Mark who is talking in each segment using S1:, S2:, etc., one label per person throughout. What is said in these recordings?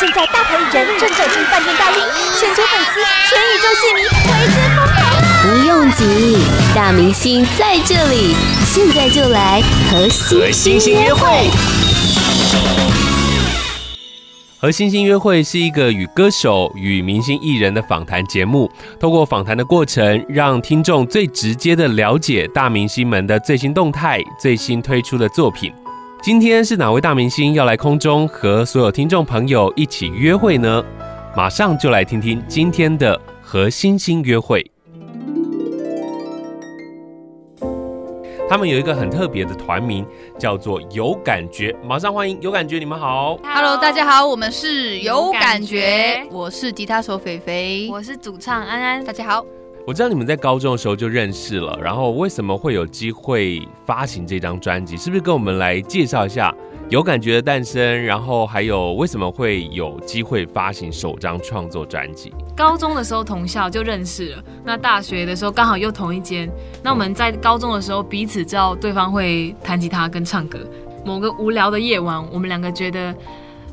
S1: 现在大牌艺人正走进饭店大厅，全球粉丝、全宇宙戏迷为之疯狂啊！
S2: 不用急，大明星在这里，现在就来和
S3: 和
S2: 星
S3: 星星约会。和星星约会是一个与歌手与明星艺人的访谈节目，透过访谈的过程，让听众最直接的了解大明星们的最新动态、最新推出的作品。今天是哪位大明星要来空中和所有听众朋友一起约会呢？马上就来听听今天的和星星约会。他们有一个很特别的团名，叫做“有感觉”。马上欢迎有感觉，你们好。
S4: Hello，大家好，我们是有感
S5: 有
S4: 觉
S5: 感，觉
S4: 我是吉他手肥肥，
S5: 我是主唱安安
S4: 大。家好。
S3: 我知道你们在高中的时候就认识了，然后为什么会有机会发行这张专辑？是不是跟我们来介绍一下《有感觉的诞生》，然后还有为什么会有机会发行首张创作专辑？
S5: 高中的时候同校就认识了，那大学的时候刚好又同一间。那我们在高中的时候彼此知道对方会弹吉他跟唱歌。某个无聊的夜晚，我们两个觉得，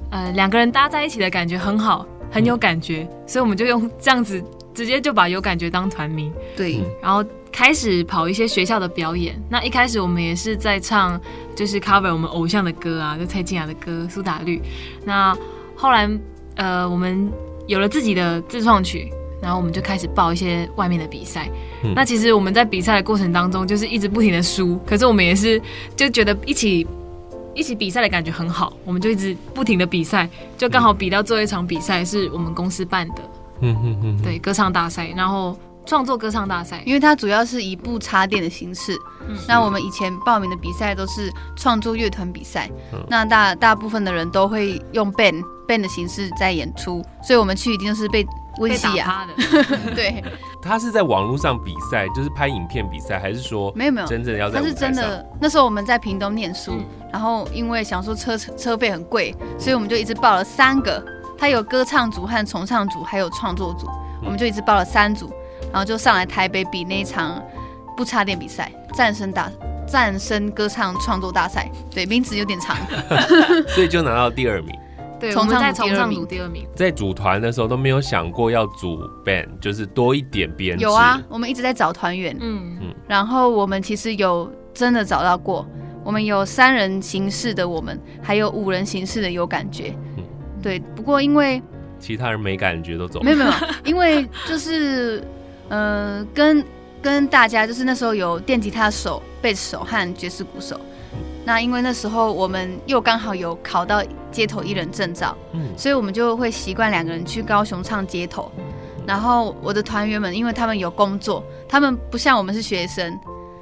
S5: 呃，两个人搭在一起的感觉很好，很有感觉，所以我们就用这样子直接就把有感觉当团名，
S4: 对，
S3: 嗯
S5: 然后开始跑一些学校的表演。那一开始我们也是在唱，就是 cover 我们偶像的歌啊，就蔡健雅的歌《苏打绿》。那后来，呃，我们有了自己的自创曲，然后我们就开始报一些外面的比赛。
S3: 嗯
S5: 那其实我们在比赛的过程当中，就是一直不停的输，可是我们也是就觉得一起。一起比赛的感觉很好，我们就一直不停的比赛，就刚好比到最后一场比赛是我们公司办的，
S3: 嗯哼哼，
S5: 对歌唱大赛，然后创作歌唱大赛，
S4: 因为它主要是一部插电的形式。
S5: 嗯
S4: 那我们以前报名的比赛都是创作乐团比赛，
S3: 嗯
S4: 那大大部分的人都会用 band band 的形式在演出，所以我们去一定是被温
S5: 被
S4: 西
S5: 打
S4: 亚。
S5: 趴的。
S4: 对，
S3: 他是在网络上比赛，就是拍影片比赛，还是说
S4: 没有没有，
S3: 真正要在
S4: 他
S3: 舞
S4: 是
S3: 台
S4: 真
S3: 上？
S4: 的。那时候我们在屏东念书，
S5: 嗯
S4: 然后因为想说车车费很贵，所以我们就一直报了三个。他有歌唱组和重唱组，还有创作组，
S3: 嗯
S4: 我们就一直报了三组，然后就上来台北比那一场不插电比赛，战声大战声歌唱创作大赛。对，名字有点长。
S3: 所以就拿到第二名。
S5: 对，我
S4: 重
S5: 们
S4: 唱
S5: 在
S4: 组
S5: 重
S4: 第二
S5: 唱
S4: 名
S5: 组第二名。
S3: 在组团的时候都没有想过要组 band，就是多一点编制。
S4: 有啊，，我们一直在找团员，
S5: 嗯，
S4: 然后我们其实有真的找到过，我们有三人形式的我们，还有五人形式的有感觉
S3: 嗯。
S4: 对，不过因为
S3: 其他人没感觉都走。
S4: 没有没有，没有因为就是呃，跟跟大家就是那时候有电吉他手、贝斯手和爵士鼓手。那因为那时候我们又刚好有考到街头艺人证照，
S3: 嗯
S4: 所以我们就会习惯两个人去高雄唱街头。然后我的团员们，因为他们有工作，他们不像我们是学生，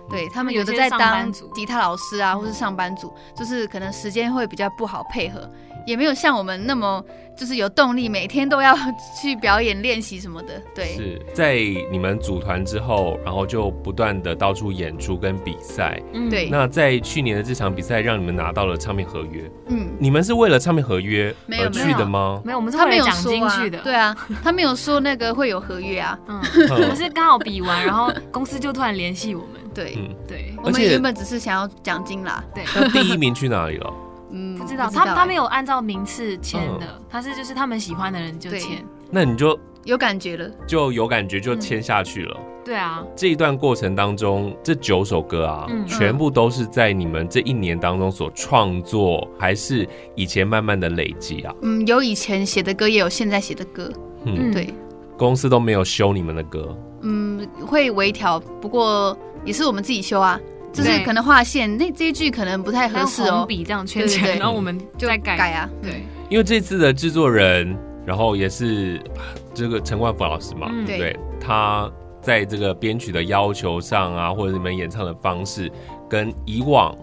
S4: 对他们有的
S5: 有些
S4: 在
S5: 上班
S4: 当
S5: 族
S4: 吉他老师啊，或是上班族，就是可能时间会比较不好配合，也没有像我们那么就是有动力，每天都要去表演练习什么的。对，
S3: 是在你们组团之后，然后就不断的到处演出跟比赛。
S5: 嗯
S4: 对
S3: 那在去年的这场比赛，让你们拿到了唱片合约。
S4: 嗯，
S3: 你们是为了唱片合约
S4: 没有
S3: 而去的吗？
S5: 没有，我们是
S4: 他没
S5: 为
S4: 有
S5: 了奖
S4: 说
S5: 金
S4: 啊
S5: 去的。，
S4: 对啊，他没有说那个会有合约啊，
S5: 嗯，
S3: 嗯
S5: 我们是刚好比完，然后公司就突然联系我们。
S4: 对。
S3: 嗯
S5: 对，
S4: 我
S3: 而
S4: 们
S3: 且
S4: 原本只是想要奖金啦，
S5: 对，
S3: 那第一名去哪里了？
S4: 嗯，
S5: 不知道他他没
S4: 有
S5: 有按照名次签
S3: 嗯
S5: 的，他是就是他们喜欢的人就签。
S3: 那你就
S4: 有感觉了，
S3: 就有感觉就
S4: 嗯
S3: 签下去了。
S5: 对啊，
S3: 这一段过程当中，这九首歌啊，
S5: 嗯
S3: 全部都是在你们这一年当中所创作，还是以前慢慢的累积啊？
S4: 嗯，有以前写的歌，也有现在写的歌，
S3: 嗯，
S5: 嗯
S4: 对，
S3: 公司都没有修你们的歌，
S4: 嗯，会微调，不过也是我们自己修啊，就是
S5: 对
S4: 可能划线，那这一句可能不太合
S5: 用
S4: 适
S5: 红
S4: 哦，
S5: 笔这样圈
S4: 对对
S5: 起来，
S4: 对
S5: 然后我们
S4: 就
S5: 再改。
S4: 改啊，
S5: 对，
S3: 因为这次的制作人，然后也是啊这个陈冠甫老师嘛，
S5: 嗯
S3: 对
S4: 对
S3: 不对，他在这个编曲的要求上啊，或者你们演唱的方式，跟以往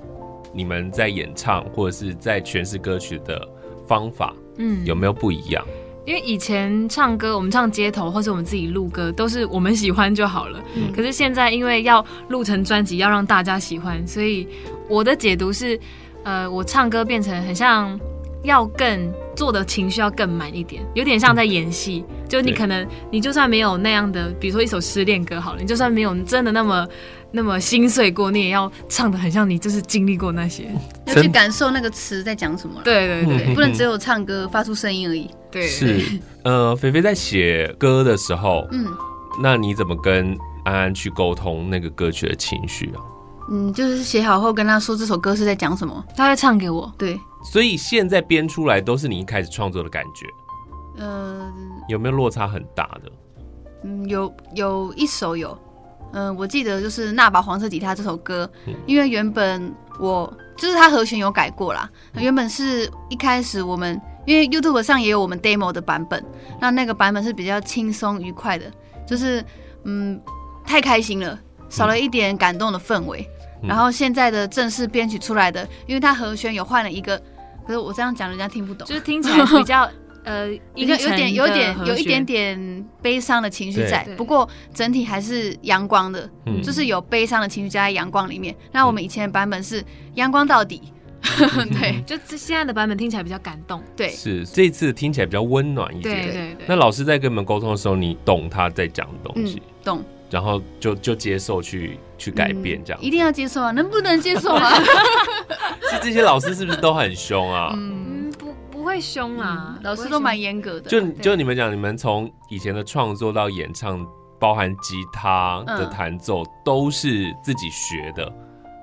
S3: 你们在演唱或者是在诠释歌曲的方法
S5: 嗯，
S3: 有没有不一样？
S5: 因为以前唱歌，我们唱街头或是我们自己录歌，都是我们喜欢就好了。
S4: 嗯
S5: 可是现在因为要录成专辑，要让大家喜欢，所以我的解读是，呃，我唱歌变成很像要更做的情绪要更满一点，有点像在演戏。就你
S3: 对
S5: 可能你就算没有那样的，比如说一首失恋歌好了，你就算没有真的那么那么心碎过，你也要唱的很像你就是经历过那些。
S4: 要
S3: 真
S4: 去感受那个词在讲什么了。
S5: 对对对
S4: 对，不能只
S3: 有
S4: 有唱歌发出声音而已。
S5: 对，
S3: 是。呃，菲菲在写歌的时候，
S4: 嗯
S3: 那你怎么跟安安去沟通那个歌曲的情绪啊？
S4: 嗯，就是写好后跟他说这首歌是在讲什么。
S5: 他会唱给我。
S4: 对，
S3: 所以现在编出来都是你一开始创作的感觉，
S4: 呃，
S3: 有没有落差很大的？
S4: 嗯，有有一首有，嗯、我记得就是《那把黄色吉他》这首歌，因为原本我就是它和弦有改过啦，原本是一开始我们因为 YouTube 上也有我们 demo 的版本，那那个版本是比较轻松愉快的，就是嗯太开心了，少了一点感动的氛围。
S3: 嗯
S4: 然后现在的正式编曲出来的，因为它和弦有换了一个，可是我这样讲人家听不懂，
S5: 就是听起来 比较呃，
S4: 比较有点有点有一点
S5: 点，
S4: 点悲伤的情绪
S3: 对
S4: 在
S5: 对，
S4: 不过整体还是阳光的，
S3: 嗯
S4: 就是有悲伤的情绪加在阳光里面。那我们以前的版本是阳光到底，
S3: 嗯
S4: 对
S5: 就这现在的版本听起来比较感动。
S4: 对，
S3: 是这次听起来比较温暖一
S5: 对
S3: 点。
S5: 对
S3: 那
S5: 对，
S3: 老师在跟我们沟通的时候，你懂他在讲的东西
S4: 嗯，，懂。
S3: 然后就就接受去去改变这样。
S4: 嗯一定要接受啊，能不能接受 啊？
S3: 是这些老师是不是都很凶啊？
S5: 嗯，不不会凶啦，
S4: 嗯老师
S5: 不会
S4: 都
S5: 凶
S4: 蛮严格的，
S3: 就就你们讲，你们从以前的创作到演唱，包含吉他的
S4: 嗯
S3: 弹奏，都是自己学的，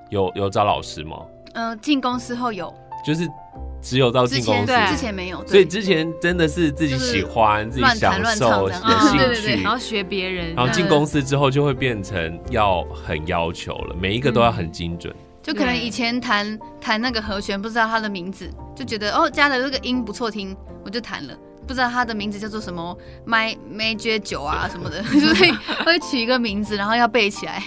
S3: 有有找老师吗？
S4: 嗯，进公司后有，
S3: 就是只有到
S4: 之
S3: 进公
S4: 前
S3: 司，
S5: 对
S4: 之前没有，
S3: 所
S4: 对
S3: 以之前真的是自己喜欢、
S4: 就是
S3: 自己享受
S4: 乱弹乱唱啊这样
S3: 的兴
S5: 嗯
S3: 趣，
S5: 对对对，然后学别人，
S3: 然后进
S5: 嗯
S3: 公司之后就会变成要很要求了，每一个都要很精准。
S4: 就可能
S5: 对
S4: 以前弹弹那个和弦不知道它的名字，就觉得哦加了这个音不错听，我就弹了。不知道它的名字叫做什么，my major 九啊什么的， 就是会取一个名字，然后要背起来。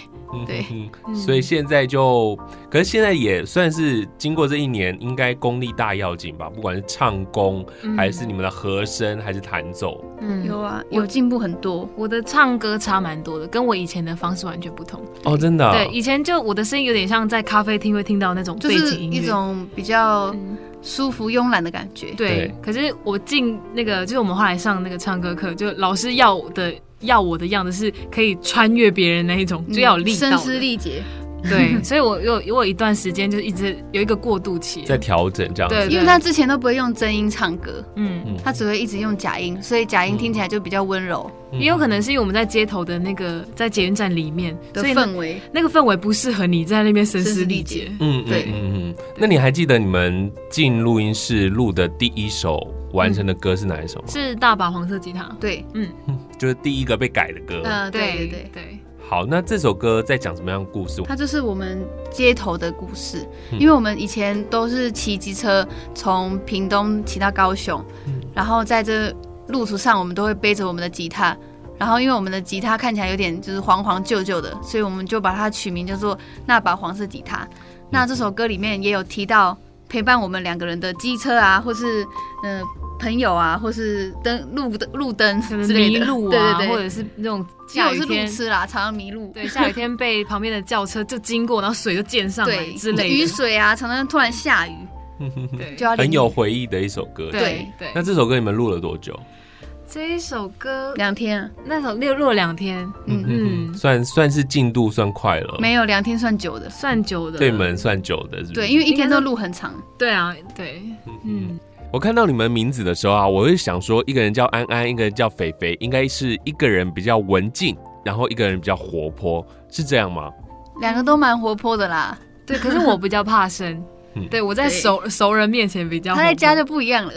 S4: 对
S3: 嗯，所以现在就，可是现在也算是经过这一年，应该功力大要紧吧？不管是唱功，
S5: 嗯
S3: 还是你们的和声，还是弹奏，
S5: 嗯
S4: 有啊，
S5: 有
S4: 有进步很多。
S5: 我的唱歌差蛮多的，跟我以前的方式完全不同。
S3: 哦，真的啊、
S5: 对，以前就我的声音有点像在咖啡厅会听到那种
S4: 就
S5: 背
S4: 是
S5: 景音乐，
S4: 一种比较
S5: 嗯
S4: 舒服慵懒的感觉。
S5: 对
S3: 对。
S5: 可是我进那个，就是我们后来上那个唱歌课，就老师要我的要我的样子是可以穿越别人那一种，
S4: 嗯，
S5: 就要有力道
S4: 声
S5: 的
S4: 嘶力竭，
S5: 对，所以我有我有一段时间就是一直有一个过渡期，
S3: 在调整这样
S5: 对
S3: 子。
S4: 因为他之前都不会用真音唱歌，
S5: 嗯，
S3: 嗯
S4: 他只会一直用假音，所以假音听起来就比较温柔
S3: 嗯
S5: 也有可能是因为我们在街头的那个在捷运站里面，
S4: 的
S5: 所以呢
S4: 氛围。
S5: 那个氛围不适合你在那边声嘶力竭。
S3: 嗯
S4: 对
S3: 嗯嗯。那你还记得你们进录音室录的第一首完成的歌是哪一首吗？
S5: 是大把黄色吉他，
S4: 对，
S5: 嗯
S3: 就是第一个被改的歌。
S4: 嗯，对对对。
S5: 对，
S3: 好，那这首歌在讲什么样的故事？
S4: 它就是我们街头的故事，
S3: 嗯
S4: 因为我们以前都是骑机车从屏东骑到高雄，
S5: 嗯
S4: 然后在这路途上我们都会背着我们的吉他，然后因为我们的吉他看起来有点就是黄黄旧旧的，所以我们就把它取名叫做那把黄色吉
S5: 嗯
S4: 他。那这首歌里面也有提到陪伴我们两个人的机车啊，或是嗯、呃朋友啊，或是灯路灯路灯
S5: 可
S4: 之
S5: 能
S4: 类
S5: 迷
S4: 的，
S5: 路
S4: 对
S5: 啊，
S4: 对对，
S5: 或者是那种
S4: 因为
S5: 下
S4: 我
S5: 雨
S4: 是路
S5: 天，
S4: 痴啦，常常迷路。
S5: 对，下雨天被旁边的轿车就经过，然后水就溅上来
S4: 对，
S5: 之类的，
S4: 雨水啊，常常突然下雨，
S5: 对
S4: 就要淋
S3: 很有回忆的一首歌。
S5: 对
S4: 对
S5: 对
S3: 那。这首歌你们录了多久？
S5: 这一首歌
S4: 两天啊，
S5: 那首六录了两天，
S4: 嗯
S5: 嗯
S3: 算算是进度算快了，
S4: 没有两天算久的，
S5: 算久的，
S3: 对你们算久的，是不是？
S4: 对，因为一天
S5: 应该
S4: 都
S5: 是
S4: 路很长，
S5: 对啊，对，嗯，
S3: 我看到你们名字的时候啊，我会想说，一个人叫安安，一个人叫肥肥，应该是一个人比较文静，然后一个人比较活泼，是这样吗？
S4: 两个都蛮活泼的啦。
S5: 对。可是我比较怕 生
S3: 嗯，
S5: 对我在
S4: 对
S5: 熟熟人面前比较活
S4: 他
S5: 泼，
S4: 在家就不一样了，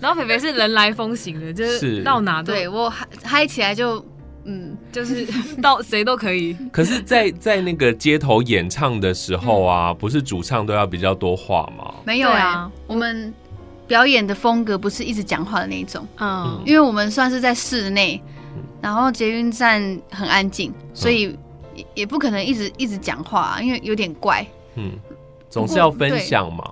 S5: 然后肥肥是人来疯型 的，就是是到哪都
S4: 对我嗨嗨起来就，嗯，
S5: 就是 到谁都可以。
S3: 可是在，在那个街头演唱的时候啊，
S4: 嗯
S3: 不是主唱都要比较多话吗？
S4: 没有
S5: 对
S4: 啊
S5: 啊，
S4: 我们表演的风格不是一直讲话的那种，
S5: 嗯，
S4: 因为我们算是在室内，然后捷运站很安静，所以
S3: 嗯
S4: 也也不可能一直一直讲话啊，因为有点怪，
S3: 嗯，总是要分享嘛。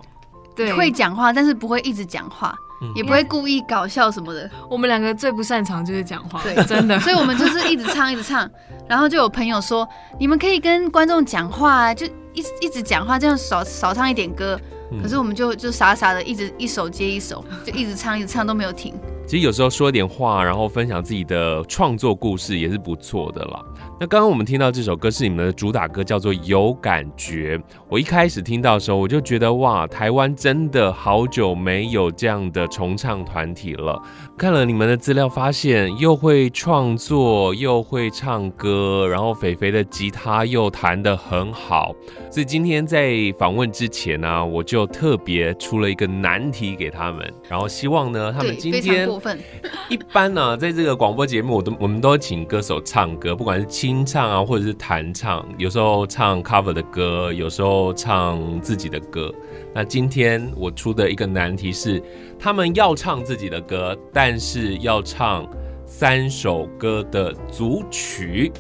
S5: 对，
S4: 会讲话，但是不会一直讲话
S3: 嗯，
S4: 也不会故意搞笑什么的。
S5: 我们两个最不擅长就是讲话，
S4: 对
S5: 真的。
S4: 所以我们就是一直唱，一直唱，然后就有朋友说，你们可以跟观众讲话啊，就一直一直讲话，这样少少唱一点歌。
S3: 嗯
S4: 可是我们就就傻傻的一直一首接一首，就一直唱一直唱都没有停。
S3: 其实有时候说一点话，然后分享自己的创作故事也是不错的啦。那刚刚我们听到这首歌是你们的主打歌，叫做《有感觉》。我一开始听到的时候，我就觉得哇，台湾真的好久没有这样的重唱团体了。看了你们的资料，发现又会创作，又会唱歌，然后肥肥的吉他又弹得很好。所以今天在访问之前呢、我就特别出了一个难题给他们，然后希望呢，他
S4: 对
S3: 们，今
S4: 非常
S3: 天
S4: 过分。
S3: 一般呢、在这个广播节目，我都我们都请歌手唱歌，不管是清唱啊，或者是弹唱，有时候唱 cover 的歌，有时候唱自己的歌。那今天我出的一个难题是，他们要唱自己的歌，但是要唱三首歌的组曲。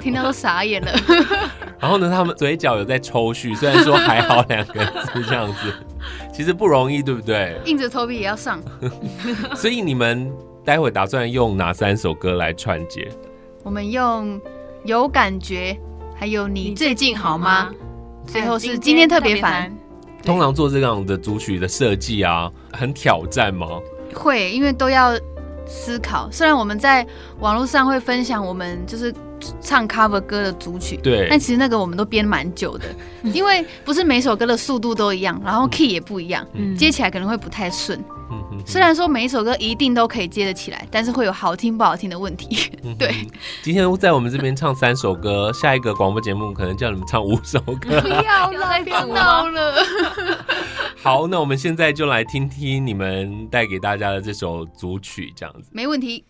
S4: 听到都傻眼了。
S3: 然后呢，他们嘴角有在抽蓄，虽然说还好两个字这样子，其实不容易，对不对？
S4: 硬着头皮也要上。
S3: 所以你们待会打算用哪三首歌来串接？
S4: 我们用有感觉，还有你最近好吗？？最后是今天特别烦，，
S3: 通常做这样的组曲的设计啊，很挑战吗？
S4: 会，因为都要思考。虽然我们在网络上会分享我们就是唱 cover 歌的组曲，
S3: 对嗯
S4: 但其实那个我们都编蛮久的， 因为不是每首歌的速度都一样，然后 key 也不一样，
S6: 嗯
S4: 接起来可能会不太顺。
S3: 嗯哼
S4: 虽然说每一首歌一定都可以接得起来，但是会有好听不好听的问题。
S3: 嗯哼
S4: 对，
S3: 今天在我们这边唱三首歌，下一个广播节目可能叫你们唱五首 歌。
S4: 不要
S6: 了
S4: 了，不
S6: 不
S4: 要
S6: 要
S4: 闹
S6: 闹
S5: 啊
S4: 了。
S3: 好，那我们现在就来听听你们带给大家的这首组曲，这样子。
S4: 没问题。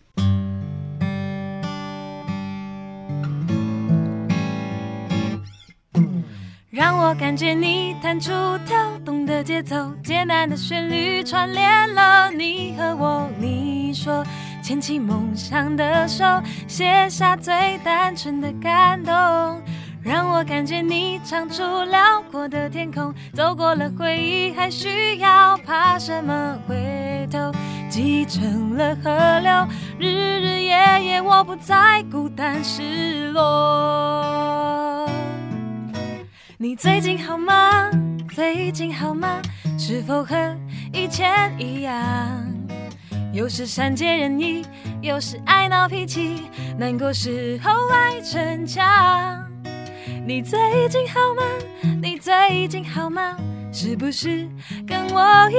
S5: 让我感觉你弹出跳动的节奏，简单的旋律串联了你和我。你说牵起梦想的手，写下最单纯的感动。让我感觉你唱出辽阔的天空，走过了回忆，还需要怕什么回头？继承了河流，日日夜夜我不再孤单失落。你最近好吗？最近好吗？是否和以前一样？有时善解人意，有时爱闹脾气，难过时候爱逞强。你最近好吗？你最近好吗？是不是跟我一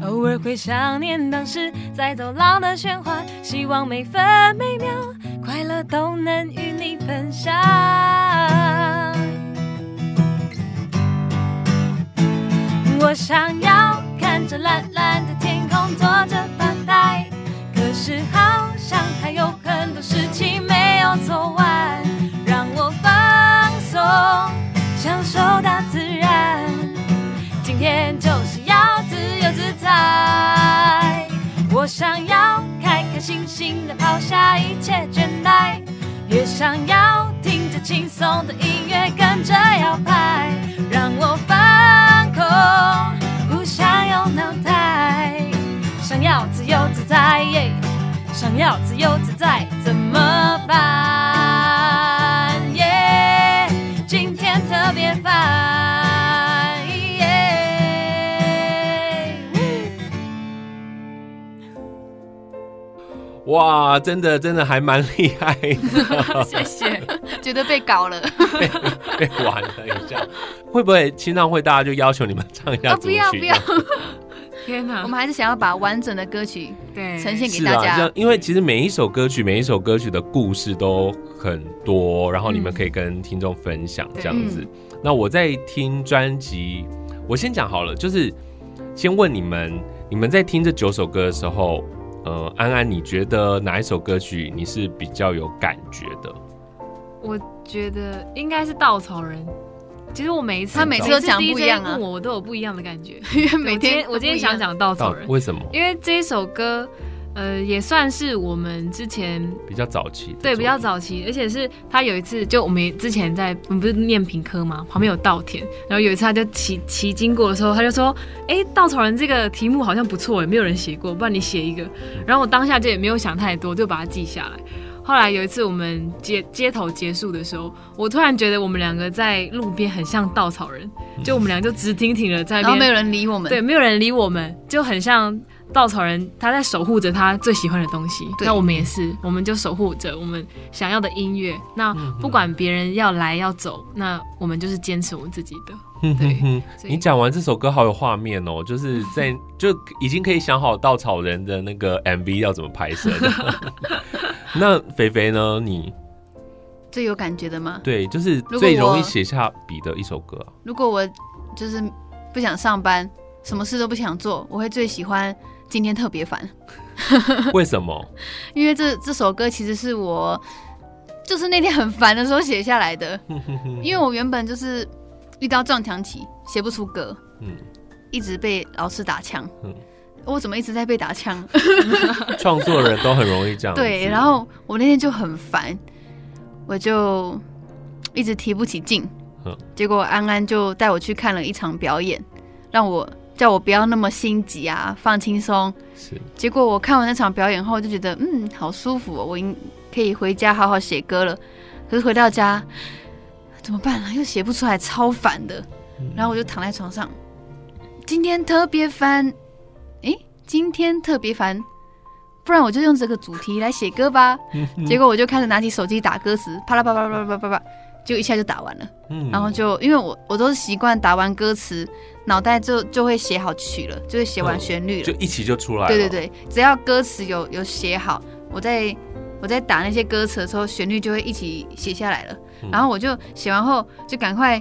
S5: 样，偶尔会想念当时在走廊的喧哗？希望每分每秒快乐都能与你分享。我想要看着蓝蓝的天空坐着发呆，可是好像还有很多事情没有做完，让我放松，享受大自然。今天就是要自由自在。我想要开开心心的抛下一切倦怠，也想要听着轻松的音乐跟着摇摆，让我放空，不想用脑袋，想要自由自在，耶想要自由自在怎么办？耶、今天特别烦。耶
S3: 哇，真的真的还蛮厉害 的，
S6: 谢谢。
S4: 觉得被搞 了，
S3: 被玩哎了一下。会不会清唱会大家就要求你们唱一下
S4: 啊
S3: 组
S4: 不
S3: 曲？
S4: 要不要，
S6: 天哪，
S4: 我们还是想要把完整的歌曲
S6: 对
S4: 呈现给
S3: 是
S4: 大
S3: 啊，这
S4: 家。
S3: 样因为其实每一首歌曲，每一首歌曲的故事都很多，然后你们可以跟听众分享这样子。那我在听专辑，我先讲好了，就是先问你们，你们在听这九首歌的时候，呃，安安，你觉得哪一首歌曲你是比较有感觉的？
S6: 我觉得应该是稻草人。其实我每一次
S4: 他每次都讲
S6: 每
S4: 不一样啊
S6: 问我我都有不一样的感 觉。
S4: 因为
S6: 每
S4: 每
S6: 天
S4: 天
S6: 我今天想
S4: 讲，
S6: 讲稻草人，
S3: 啊为什么？
S6: 因为这一首歌，呃，也算是我们之前
S3: 比较早期的
S6: 对
S3: 作
S6: 比较
S3: 品
S6: 早期，而且是他有一次，就我们之前在我们不是念品科嘛，旁边有稻田，然后有一次他就骑骑经过的时候，他就说：“哎、稻草人这个题目好像不错，也没有人写过，不然你写一个。”然后我当下就也没有想太多，就把它记下来。
S5: 后来有一次我们街街头结束的时候，我突然觉得我们两个在路边很像稻草人，就我们俩就直挺挺的在
S4: 然后
S5: 那
S4: 没有
S5: 边，
S4: 人理我们。
S5: 对，没有人理我们，就很像稻草人，他在守护着他最喜欢的东西。
S4: 对
S5: 那我们也是，我们就守护着我们想要的音乐。那
S3: 嗯
S5: 不管别人要来要走，那我们就是坚持我们自己的。
S3: 哼哼哼
S5: 所以
S3: 你讲完这首歌好有画面 哦，就是在就已经可以想好稻草人的那个 MV 要怎么拍摄的。 那肥肥呢？你
S4: 最有感觉的吗？
S3: 对，就是
S4: 如果
S3: 最容易
S4: 我
S3: 写下笔的一首歌 啊、
S4: 如果我就是不想上班，什么事都不想做，我会最喜欢今天特别烦，
S3: 为什么？
S4: 因为这这首歌其实是我就是那天很烦的时候写下来 的，因为我原本就是遇到撞墙期，写不出歌，
S3: 嗯，
S4: 一直被老师打枪，
S3: 嗯
S4: 我怎么一直在被打 枪？
S3: 创作人都很容易这样子。
S4: 对，然后我那天就很烦，我就一直提不起劲
S3: 嗯。
S4: 结果安安就带我去看了一场表演，让我叫我不要那么心急啊，放轻松。
S3: 是
S4: 结果我看完那场表演后，就觉得嗯，好舒服、哦，我应可以回家好好写歌了。可是回到家怎么办啊？又写不出来，超烦的。然后我就躺在床上，今天特别烦，诶，今天特别烦，不然我就用这个主题来写歌吧。结果我就开始拿起手机打歌词，啪啦啪啦啪啦啪啦啪啦，就一下就打完了。
S3: 嗯
S4: 然后就因为我我都是习惯打完歌词，脑袋就就会写好曲了，就会写完
S3: 嗯
S4: 旋律了
S3: 就。一起就出来了。
S4: 对对对，只要歌词有有写好，我在我在打那些歌词的时候，旋律就会一起写下来了。
S3: 嗯
S4: 然后我就写完后就赶快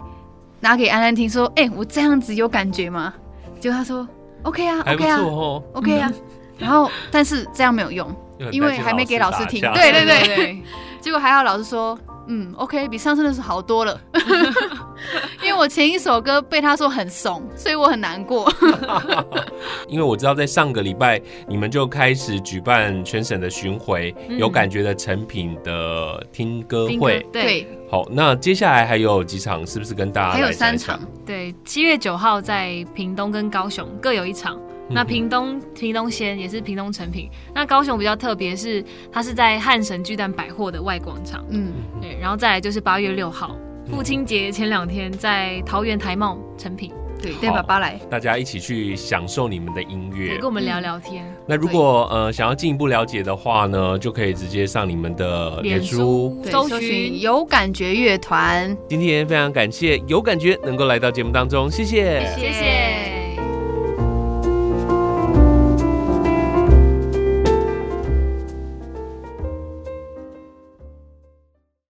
S4: 拿给安安听，说：“哎、我这样子有感觉吗？”结果他说：“OK 啊
S3: 还不
S4: ，OK 啊
S3: 错哦，
S4: ，OK 啊。” 然后但是这样没有用，
S3: 又很
S4: 啊因为
S3: 担心
S4: 还没给老师
S3: 打
S4: 听。
S3: 架
S4: 对对对，
S5: 对，
S4: 结果还好老师说。嗯，OK，比上次那时候好多 了，因为我前一首歌被他说很怂，所以我很难过。
S3: 因为我知道在上个礼拜你们就开始举办全省的巡回，
S4: 嗯
S3: 有感觉的成品的听歌
S5: 宾
S3: 会
S5: 哥。对
S3: 好，那接下来还有几场，是不是跟大家
S4: 还有
S3: 来讲
S4: 三
S3: 一讲
S4: 场，
S5: 对，七月九号在屏东跟高雄各有一场。
S3: 嗯
S5: 那屏东屏东县也是屏东成品，那高雄比较特别是它是在汉神巨蛋百货的外广场，
S4: 嗯，
S5: 对，然后再来就是八月六号父亲节前两天在桃园台茂成品，
S3: 嗯
S4: 对，带爸爸来。
S3: 大家一起去享受你们的音乐
S5: 跟。我们聊聊天。
S3: 那如果呃想要进一步了解的话呢，就可以直接上你们的呃脸书。
S4: 对
S5: 搜
S4: 搜寻
S5: 寻
S4: 有感觉乐团，
S3: 今天非常感谢有感觉能够来到节目当中，谢谢
S5: 谢谢。